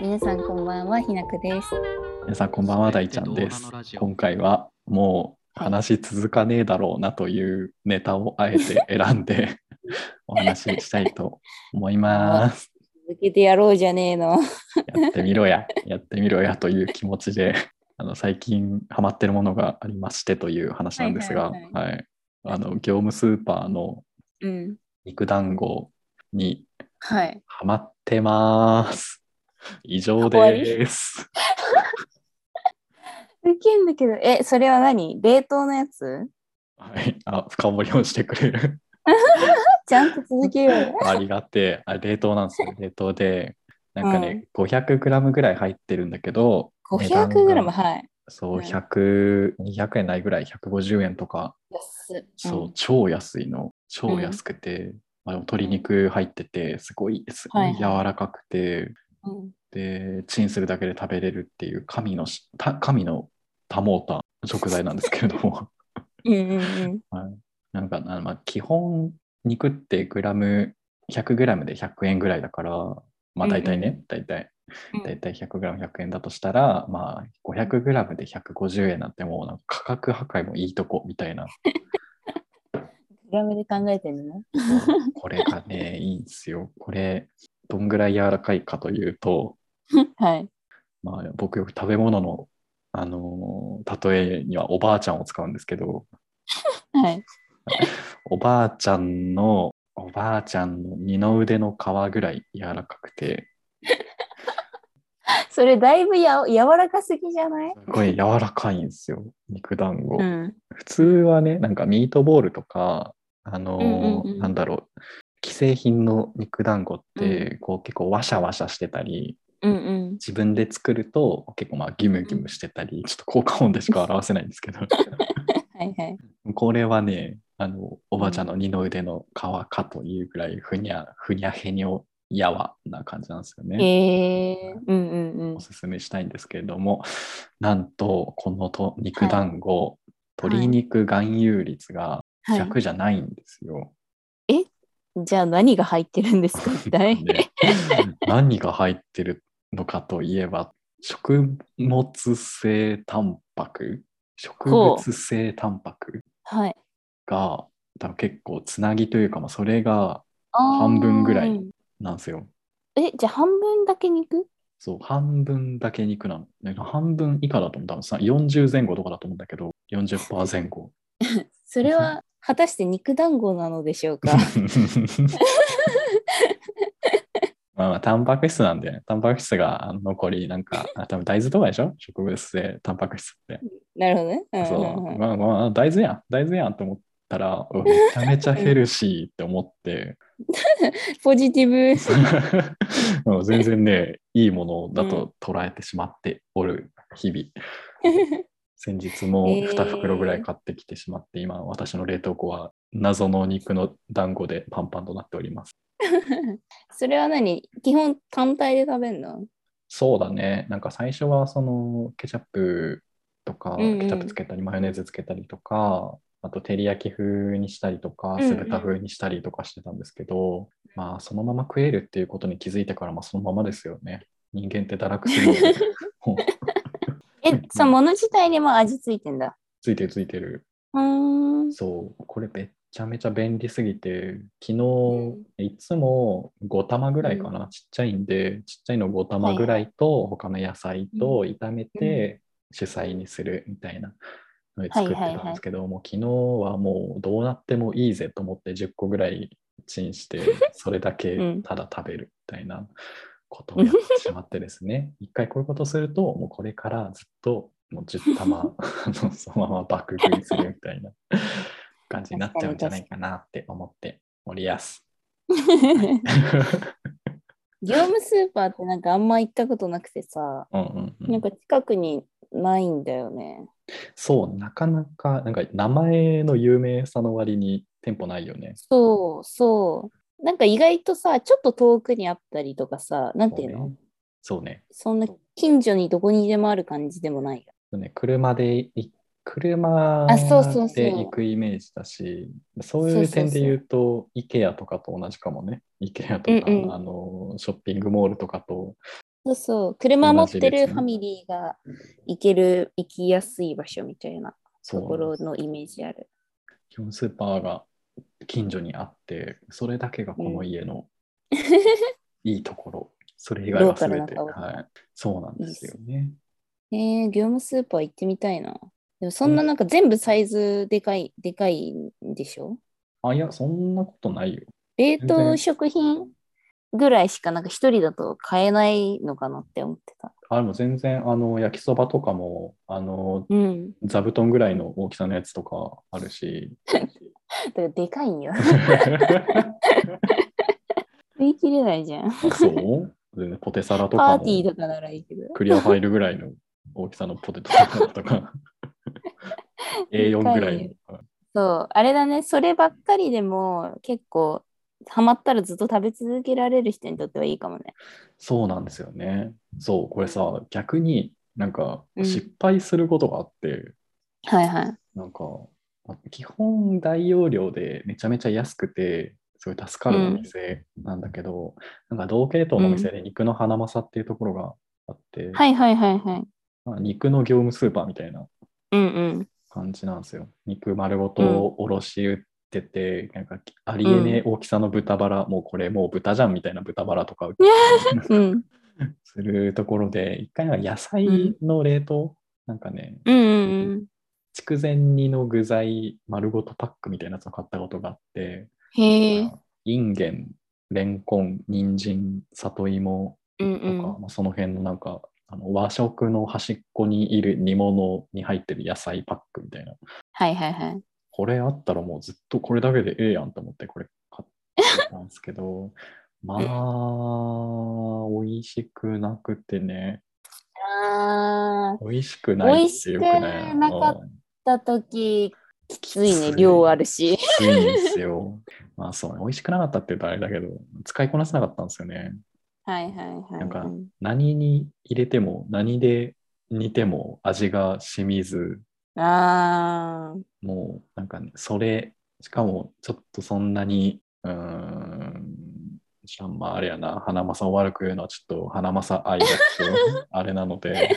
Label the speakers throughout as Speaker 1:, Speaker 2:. Speaker 1: 皆さんこんばんは、ひなくです。
Speaker 2: 皆さんこんばんは、大ちゃんです。今回はもう話し続かねえだろうなというネタをあえて選ん でお話ししたいと思います。
Speaker 1: 続けてやろうじゃねえの。
Speaker 2: やってみろや、やってみろやという気持ちで、あの最近ハマってるものがありましてという話なんです
Speaker 1: は
Speaker 2: が、はいい
Speaker 1: は
Speaker 2: あの業務スーパーの
Speaker 1: うん。
Speaker 2: 肉団子に
Speaker 1: はい。
Speaker 2: ハマってます。以上です。
Speaker 1: 受けんだけど、え、それは何冷凍のやつ
Speaker 2: はい、あ深掘りをしてくれる。
Speaker 1: ちゃんと続けよう よ。
Speaker 2: ありがてえ。あ、冷凍なんです よ。冷凍で。なんかね、500g ぐらい入ってるんだけど、値段が
Speaker 1: 500g、はい。
Speaker 2: そう、
Speaker 1: うん
Speaker 2: 100、200円ないぐらい、150円とか、
Speaker 1: 安っ
Speaker 2: そう、超安いの。超安くて、まあ、でも鶏肉入ってて、すごい、すご
Speaker 1: はい
Speaker 2: い
Speaker 1: はい
Speaker 2: 柔らかくて、
Speaker 1: うん。うん
Speaker 2: で、チンするだけで食べれるっていう、神のし、た神のたもうた食材なんですけれども。
Speaker 1: うんうん
Speaker 2: はい、なんかな、まあ、基本肉ってグラム100グラムで100円ぐらいだからま
Speaker 1: うんう
Speaker 2: あ
Speaker 1: ん
Speaker 2: 大体ね、大体
Speaker 1: うん。
Speaker 2: 大体100グラム100円だとしたら、まあ500グラムで150円なんてもうなんか価格破壊もいいとこみた いな
Speaker 1: グラムで考えてるの
Speaker 2: そうこれがねいいんですよこれどんぐらい柔らかいかというと、
Speaker 1: はい。
Speaker 2: まあ、僕よく食べ物の、あのー例えにはおばあちゃんを使うんですけど
Speaker 1: はい。
Speaker 2: おばあちゃんのおばあちゃんの二の腕の皮ぐらい柔らかくて
Speaker 1: それだいぶやお柔らかすぎじゃない
Speaker 2: すごい柔らかいんですよ肉団子、
Speaker 1: うん。
Speaker 2: 普通はねなんかミートボールとかあのー
Speaker 1: うんうんうん
Speaker 2: なんだろう既製品の肉団子ってこう結構ワシャワシャしてたり
Speaker 1: うんうん。
Speaker 2: 自分で作ると結構まあギムギムしてたりちょっと効果音でしか表せないんで すけど
Speaker 1: はいはい。
Speaker 2: これはねあのおばあちゃんの二の腕の皮かというぐらいふにゃふにゃへにょやわな感じなんですよね。
Speaker 1: えー。うんうんうん
Speaker 2: お。すすめしたいんですけれどもなんとこのと肉団子、鶏肉含有率が
Speaker 1: はい。
Speaker 2: 100じゃないんですよ。
Speaker 1: じゃあ何が入ってるんです か一体
Speaker 2: で何が入ってるのかといえば食物性タンパク植物性タンパク
Speaker 1: はい。
Speaker 2: が多分結構つなぎというか、まあ、それが
Speaker 1: あー
Speaker 2: 半分ぐらいなんですよ。
Speaker 1: え、じゃあ半分だけ肉
Speaker 2: そう半分だけ肉なの。なんか半分以下だと思う。多分さ40前後とかだと思うんだけど40%前後。
Speaker 1: それは果たして肉団子なのでしょうか
Speaker 2: まあまあ、タンパク質なんで、タンパク質があの残り、なん か、あ多分大豆とかでしょ植物性、タンパク質って。
Speaker 1: なるほどね。うん
Speaker 2: そう
Speaker 1: うんうん、
Speaker 2: まあまあ、大豆やん、大豆やんと思ったら、うわめちゃめちゃヘルシーって思って、
Speaker 1: ポジティブ。
Speaker 2: もう全然ね、いいものだと捉えてしまっておる、日々。先日も
Speaker 1: えー
Speaker 2: 2袋ぐらい買ってきてしまって、今、私の冷凍庫は謎の肉の団子でパンパンとなっております。
Speaker 1: それは何基本単体で食べるの
Speaker 2: そうだね。なんか最初はそのケチャップとか、
Speaker 1: うんうん
Speaker 2: ケチャップつけたり、マヨネーズつけたりとか、あと照り焼き風にしたりとか
Speaker 1: う、んうん
Speaker 2: 酢豚風にしたりとかしてたんですけど、まあそのまま食えるっていうことに気づいてから、まあそのままですよね。人間って堕落する のでもう
Speaker 1: え、そのもの自体にも味ついてんだ。
Speaker 2: ついてるついてる。
Speaker 1: うーん。
Speaker 2: そう、これめっちゃめちゃ便利すぎて、昨日、
Speaker 1: う
Speaker 2: いつも5玉ぐらいかな、ちっちゃいんで、ちっちゃいの5玉ぐらいと、他の野菜と炒めて主菜にするみたいなので作ってたんですけど、もう昨日はもうどうなってもいいぜと思って10個ぐらいチン して、それだけ
Speaker 1: うん
Speaker 2: ただ食べるみたいなことをやってしまってですね、一回こういうことすると、もうこれからずっともう10玉あのそのまま爆食いするみた いな感じになっちゃうんじゃないかなって思っておりやす。
Speaker 1: 業務スーパーってなんかあんま行ったことなくてさ、
Speaker 2: うんうんうん
Speaker 1: なんか近くにないんだよね。
Speaker 2: そう、なかなか、なんか名前の有名さの割に店舗ないよね。
Speaker 1: そうそう。なんか意外とさ、ちょっと遠くにあったりとかさ、なんていうの
Speaker 2: そうね。
Speaker 1: そんな近所にどこにでもある感じでもないよ。
Speaker 2: そうね車でい、車
Speaker 1: あそうそうそう
Speaker 2: で行くイメージだし、そう
Speaker 1: そう
Speaker 2: い
Speaker 1: そう
Speaker 2: う
Speaker 1: そう
Speaker 2: 点で言うと、IKEA とかと同じかもね。IKEA とか、
Speaker 1: うんうん
Speaker 2: あのショッピングモールとかと
Speaker 1: そうそう。車持ってるファミリーが行ける、行きやすい場所みたいな
Speaker 2: そ
Speaker 1: とこ
Speaker 2: うなん
Speaker 1: ろ
Speaker 2: です
Speaker 1: のイメージある。
Speaker 2: 基本スーパーが近所にあって、それだけがこの家のいいところ。それ以外は全て、
Speaker 1: ローカルな顔
Speaker 2: はい。そうなんですよね。
Speaker 1: えー、業務スーパー行ってみたいな。でもそんななんか全部サイズでかい、でかいんでしょ
Speaker 2: あ、いや、そんなことないよ。
Speaker 1: 冷凍食品ぐらいしかなんか一人だと買えないのかなって思ってた。
Speaker 2: あ、でも全然、あの、焼きそばとかも、あの、
Speaker 1: うん。
Speaker 2: 座布団ぐらいの大きさのやつとかあ るし。
Speaker 1: だからでかいんよ。 食い切れないじゃん。
Speaker 2: あそう全然ポテサラと
Speaker 1: パ
Speaker 2: か
Speaker 1: ーティー
Speaker 2: も
Speaker 1: とかならいいけど。
Speaker 2: クリアファイルぐらいの大きさのポテトサラ とか A4 ぐらいの
Speaker 1: そう、あれだね、そればっかりでも結構、ハマったらずっと食べ続けられる人にとってはいいかもね。
Speaker 2: そうなんですよねそうこれさ逆になんか
Speaker 1: うん
Speaker 2: 失敗することがあって、
Speaker 1: はいはい。
Speaker 2: なんかまあ基本大容量でめちゃめちゃ安くてすごい助かるお店なんだけど、なんか同系統のお店で肉のハナマサっていうところがあって、
Speaker 1: はいはいはいはい。
Speaker 2: まあ肉の業務スーパーみたいな
Speaker 1: うんうん。
Speaker 2: 感じなんですよ。肉丸ごとおろし売ってて、なんかありえねえ大きさの豚バラ、もうこれもう豚じゃんみたいな豚バラとか売って
Speaker 1: うん。
Speaker 2: するところで、一回は野菜の冷凍、なんかね、
Speaker 1: うんうんうん。
Speaker 2: 筑前煮の具材丸ごとパックみたいなやつを買ったことがあって、
Speaker 1: へえ。
Speaker 2: インゲン、レンコン、人参、里芋
Speaker 1: うん
Speaker 2: とか、まあその辺のなんか、あの和食の端っこにいる煮物に入ってる野菜パックみたいな
Speaker 1: はいはいはい。
Speaker 2: これあったらもうずっとこれだけでええやんと思ってこれ買ってたんですけど、 まあ、美味しくなくてね、
Speaker 1: ああ、
Speaker 2: 美味しくないっていうか
Speaker 1: 美味し
Speaker 2: ね
Speaker 1: く、なかっ
Speaker 2: うん
Speaker 1: だとき、きつい
Speaker 2: き
Speaker 1: ね、
Speaker 2: つい
Speaker 1: 量あるし。
Speaker 2: きついんですよ。 まあそうね、美味しくなかったって言うとあれだけど、使いこなせなかったんですよね。
Speaker 1: はいはいはい。
Speaker 2: なんか何に入れても、何で煮ても味が染みず、
Speaker 1: ああ、
Speaker 2: もうなんかね、それ、しかもちょっとそんなに、うーん、あんまああれやな、花正を悪く言うのはちょっと花正愛がち ょっとあれなので、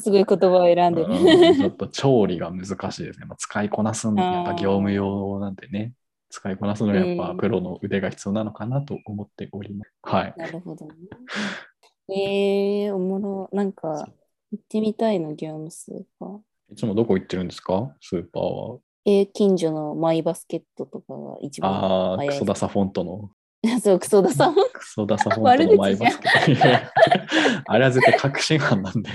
Speaker 1: すごい言葉を選んで
Speaker 2: うん
Speaker 1: る。
Speaker 2: ちょっと調理が難しいですね。まあ、使いこなすの、
Speaker 1: あー
Speaker 2: やっぱ業務用なんでね、使いこなすのはやっ
Speaker 1: う
Speaker 2: ぱ
Speaker 1: ん
Speaker 2: プロの腕が必要なのかなと思っております。はい。
Speaker 1: なるほどね。ええー、おもろ。なんか、行ってみたいの、業務スーパー。
Speaker 2: いつもどこ行ってるんですかスーパーは。
Speaker 1: えー、近所のマイバスケットとかが一番。
Speaker 2: ああ、
Speaker 1: 早い
Speaker 2: クソダサフォントの。
Speaker 1: そう、クソダさん。
Speaker 2: クソダサフォントのマイバスケ ット。いやあれは絶対確信犯なんで。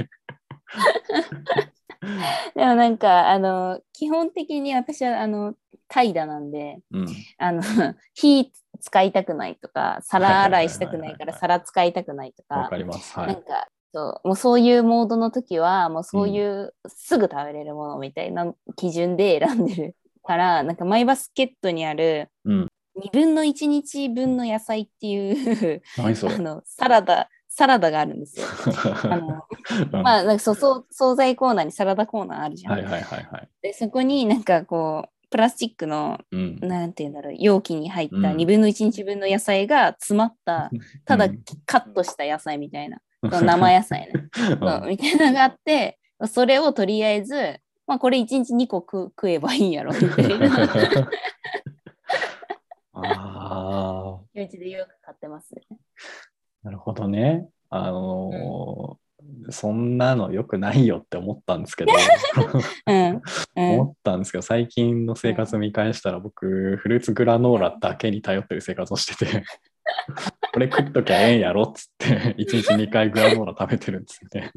Speaker 1: でもなんか、あの、基本的に私は、あの、怠惰なんで、
Speaker 2: うん。
Speaker 1: あの、 火使いたくないとか、皿洗いしたくないから
Speaker 2: はいはいはいはい
Speaker 1: 皿使いたくないと
Speaker 2: わ
Speaker 1: か
Speaker 2: か、ります。は
Speaker 1: なん
Speaker 2: い。
Speaker 1: か、そうもうそういうモードの時は、もうそういうすぐ食べれるものみたいな基準で選んでるから、なんかマイバスケットにある、
Speaker 2: うん
Speaker 1: 2分の1日分の野菜っていう
Speaker 2: 何そ れ
Speaker 1: あ。のサラダサラダがあるん ですよ。あのまあなんかそうそう惣菜コーナーにサラダコーナーあるじゃん。
Speaker 2: はいはいはいはい。
Speaker 1: でそこになんかこうプラスチックの
Speaker 2: うん。
Speaker 1: なんていうんだろう容器に入った
Speaker 2: うん
Speaker 1: 2分の1日分の野菜が詰まった、ただ
Speaker 2: うん
Speaker 1: カットした野菜みたいな、その生野菜ね。 そうみたいなのがあってそれをとりあえず、まあ、これ1日2個食食えばいいんやろみたい な
Speaker 2: ああ、
Speaker 1: 気持ちでよく買ってますね。
Speaker 2: なるほどね。あのーそんなの良くないよって思ったんですけど、
Speaker 1: うん、うん
Speaker 2: 思ったんですけど、最近の生活見返したら僕、フルーツグラノーラだけに頼ってる生活をしてて、これ食っときゃええんやろっつって、1日2回グラノーラ食べてるんですよね。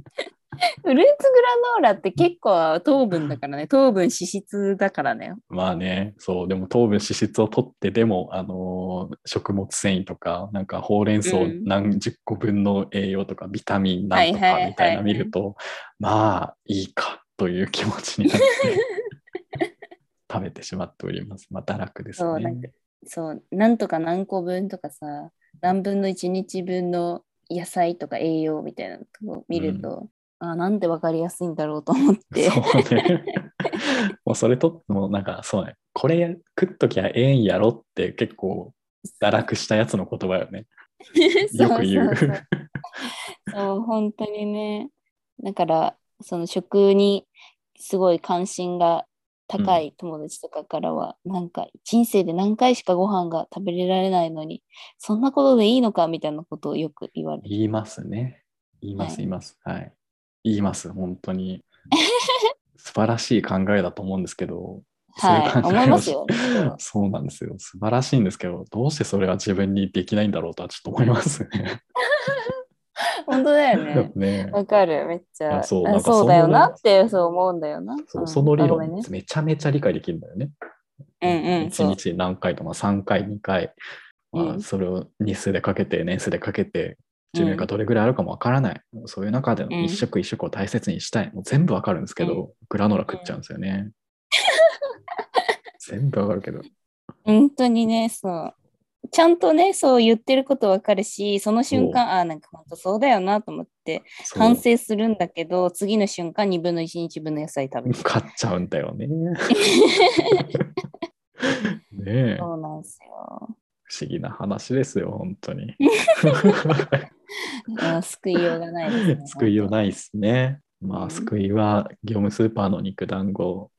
Speaker 1: フルーツグラノーラって結構糖分だからね糖分脂質だからね
Speaker 2: まあね、そう、でも糖分、脂質を取ってでも、あのー食物繊維とか、なんかほうれん草
Speaker 1: うん
Speaker 2: 何十個分の栄養とか、ビタミンなんと
Speaker 1: はいは
Speaker 2: か
Speaker 1: いはいはい
Speaker 2: みたいな見ると、まあいいかという気持ち になって食べてしまっております。まあ堕落です
Speaker 1: そうなんか
Speaker 2: ね。
Speaker 1: そうなんとか何個分とかさ何分の1日分の野菜とか栄養みたいなとこ見ると、あなんで分かりやすいんだろうと思って
Speaker 2: そうね。もうそれとっても、なんかそうね、これ食っときゃええんやろって結構堕落したやつの言葉よね。よく言う。
Speaker 1: そうそうそうそう本当にねだからその食にすごい関心が高い友達とかからは、なんか人生で何回しかご飯が食べれられないのにそんなことでいいのかみたいなことをよく言われる。
Speaker 2: 言いますね。言いま
Speaker 1: は
Speaker 2: す、
Speaker 1: い
Speaker 2: 言います。はい。言います、本当 に。素晴らしい考えだと思うんですけど、
Speaker 1: はい、
Speaker 2: そういう考えを
Speaker 1: 思いますよ。
Speaker 2: そうなんですよ。素晴らしいんですけど、どうしてそれは自分にできないんだろうとはちょっと思いますね。
Speaker 1: 本当だよね。
Speaker 2: ね
Speaker 1: わかる、めっちゃ。
Speaker 2: あ
Speaker 1: あ
Speaker 2: そ
Speaker 1: そうう
Speaker 2: なんかその
Speaker 1: だよなってそう思うんだよな。
Speaker 2: そ
Speaker 1: ん
Speaker 2: うその理
Speaker 1: あごめん
Speaker 2: 論
Speaker 1: ね、
Speaker 2: めちゃめちゃ理解できるんだよね。
Speaker 1: うんうん
Speaker 2: 1日に何回とか3回2回、ま
Speaker 1: う
Speaker 2: あ、
Speaker 1: ん
Speaker 2: それを日数でかけて年数でかけて寿命がどれぐらいあるかもわからない、そういう中での
Speaker 1: うん
Speaker 2: 一食一食を大切にしたい、もう全部わかるんですけど、グラノラ食っちゃうんですよね、全部わかるけど
Speaker 1: 本当にね、そう。ちゃんとね、そう言ってることわかるし、その瞬間、ああー、なんか本当そうだよなと思って、
Speaker 2: そう
Speaker 1: 反省するんだけど、次の瞬間、2分の1日分の野菜食べる。
Speaker 2: 買っちゃうん だよねねえ
Speaker 1: そうなんですよ。
Speaker 2: 不思議な話ですよ本 当に
Speaker 1: うん救いようがないですね。
Speaker 2: 救いようないですねま
Speaker 1: う
Speaker 2: あ
Speaker 1: ん
Speaker 2: 救いは業務スーパーの肉団子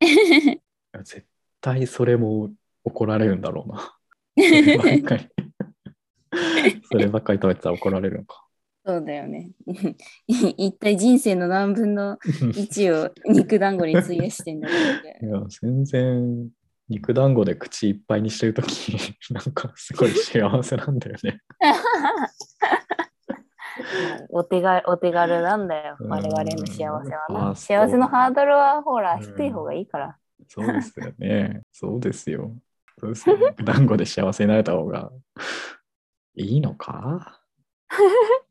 Speaker 2: 絶対それも怒られるんだろうな。そればっかりそればっかり食べてたら怒られるのか。
Speaker 1: そうだよね。 一体人生の何分の1を肉団子に費やしてんだろうみたい
Speaker 2: いや全然肉団子で口いっぱいにしてるとき なんかすごい幸せなんだよね。
Speaker 1: なお手がお手軽なんだよ、
Speaker 2: うん
Speaker 1: 我々の幸せは
Speaker 2: まあ
Speaker 1: な。幸せのハードルはほら、
Speaker 2: うん
Speaker 1: 低い方がいいから。
Speaker 2: そうですよね。そうですよ。そうですよ肉団子で幸せになれた方がいいのか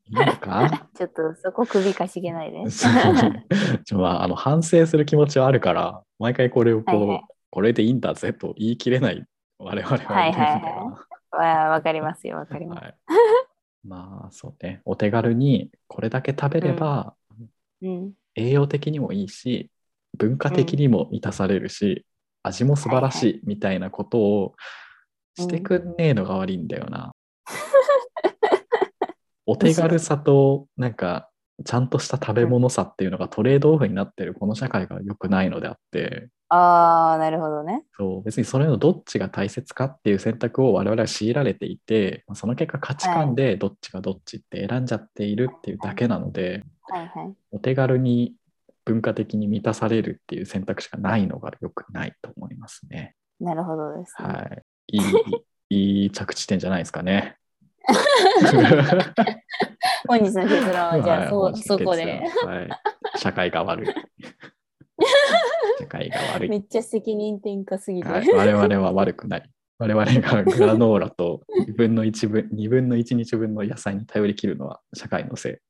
Speaker 2: いいのか
Speaker 1: ちょっとそこ首かしげないで。
Speaker 2: そう ちょまああの反省する気持ちはあるから毎回これをこう、
Speaker 1: はいはい
Speaker 2: これでいいんだぜと言い切れない我々はいるんだよ
Speaker 1: わわかりますよ、わかり
Speaker 2: な。
Speaker 1: ます。
Speaker 2: はいまあそうねお手軽にこれだけ食べれば
Speaker 1: うん、
Speaker 2: 栄養的にもいいし、文化的にも満たされるし、味も素晴らしいみたいなことをしてくんねえのが悪いんだよな。お手軽さとなんかちゃんとした食べ物さっていうのがトレードオフになってるこの社会が良くないのであって
Speaker 1: ああ、なるほどね。
Speaker 2: そう別にそれのどっちが大切かっていう選択を我々は強いられていてその結果価値観でどっちがどっちって選んじゃっているっていうだけなので
Speaker 1: はいはい。
Speaker 2: お手軽に文化的に満たされるっていう選択肢がないのが良くないと思いますね。
Speaker 1: なるほどです、ね。
Speaker 2: はい。い いいい着地点じゃないですかね。
Speaker 1: 本日の結論は、 じゃあ、
Speaker 2: は
Speaker 1: そ
Speaker 2: い
Speaker 1: そこで。。
Speaker 2: はい。社会が悪い。 社会が悪い
Speaker 1: め。っちゃ責任転嫁すぎて。
Speaker 2: はい、我々は悪くない。我々がグラノーラと2分の1分、2分の1 日分の野菜に頼り切るのは社会のせ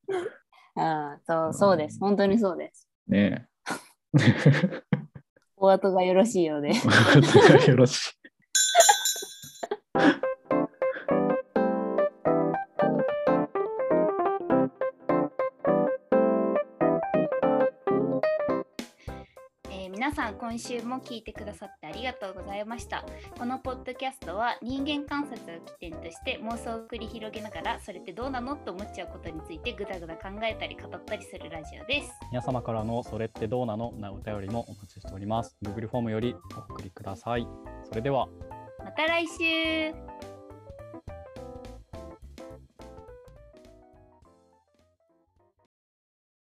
Speaker 1: ああ、そう、そうです。本当にそうです。
Speaker 2: い。ね え。
Speaker 1: お後がよろしいようで。
Speaker 2: よろしい。
Speaker 3: えー皆さん今週も聞いてくださってありがとうございましたこのポッドキャストは人間観察を起点として妄想を繰り広げながらそれってどうなのと思っちゃうことについてぐだぐだ考えたり語ったりするラジオです
Speaker 4: 皆様からのそれってどうなのなお便りもお待ちしております。Google フォームよりお送りください。それでは。
Speaker 3: また来週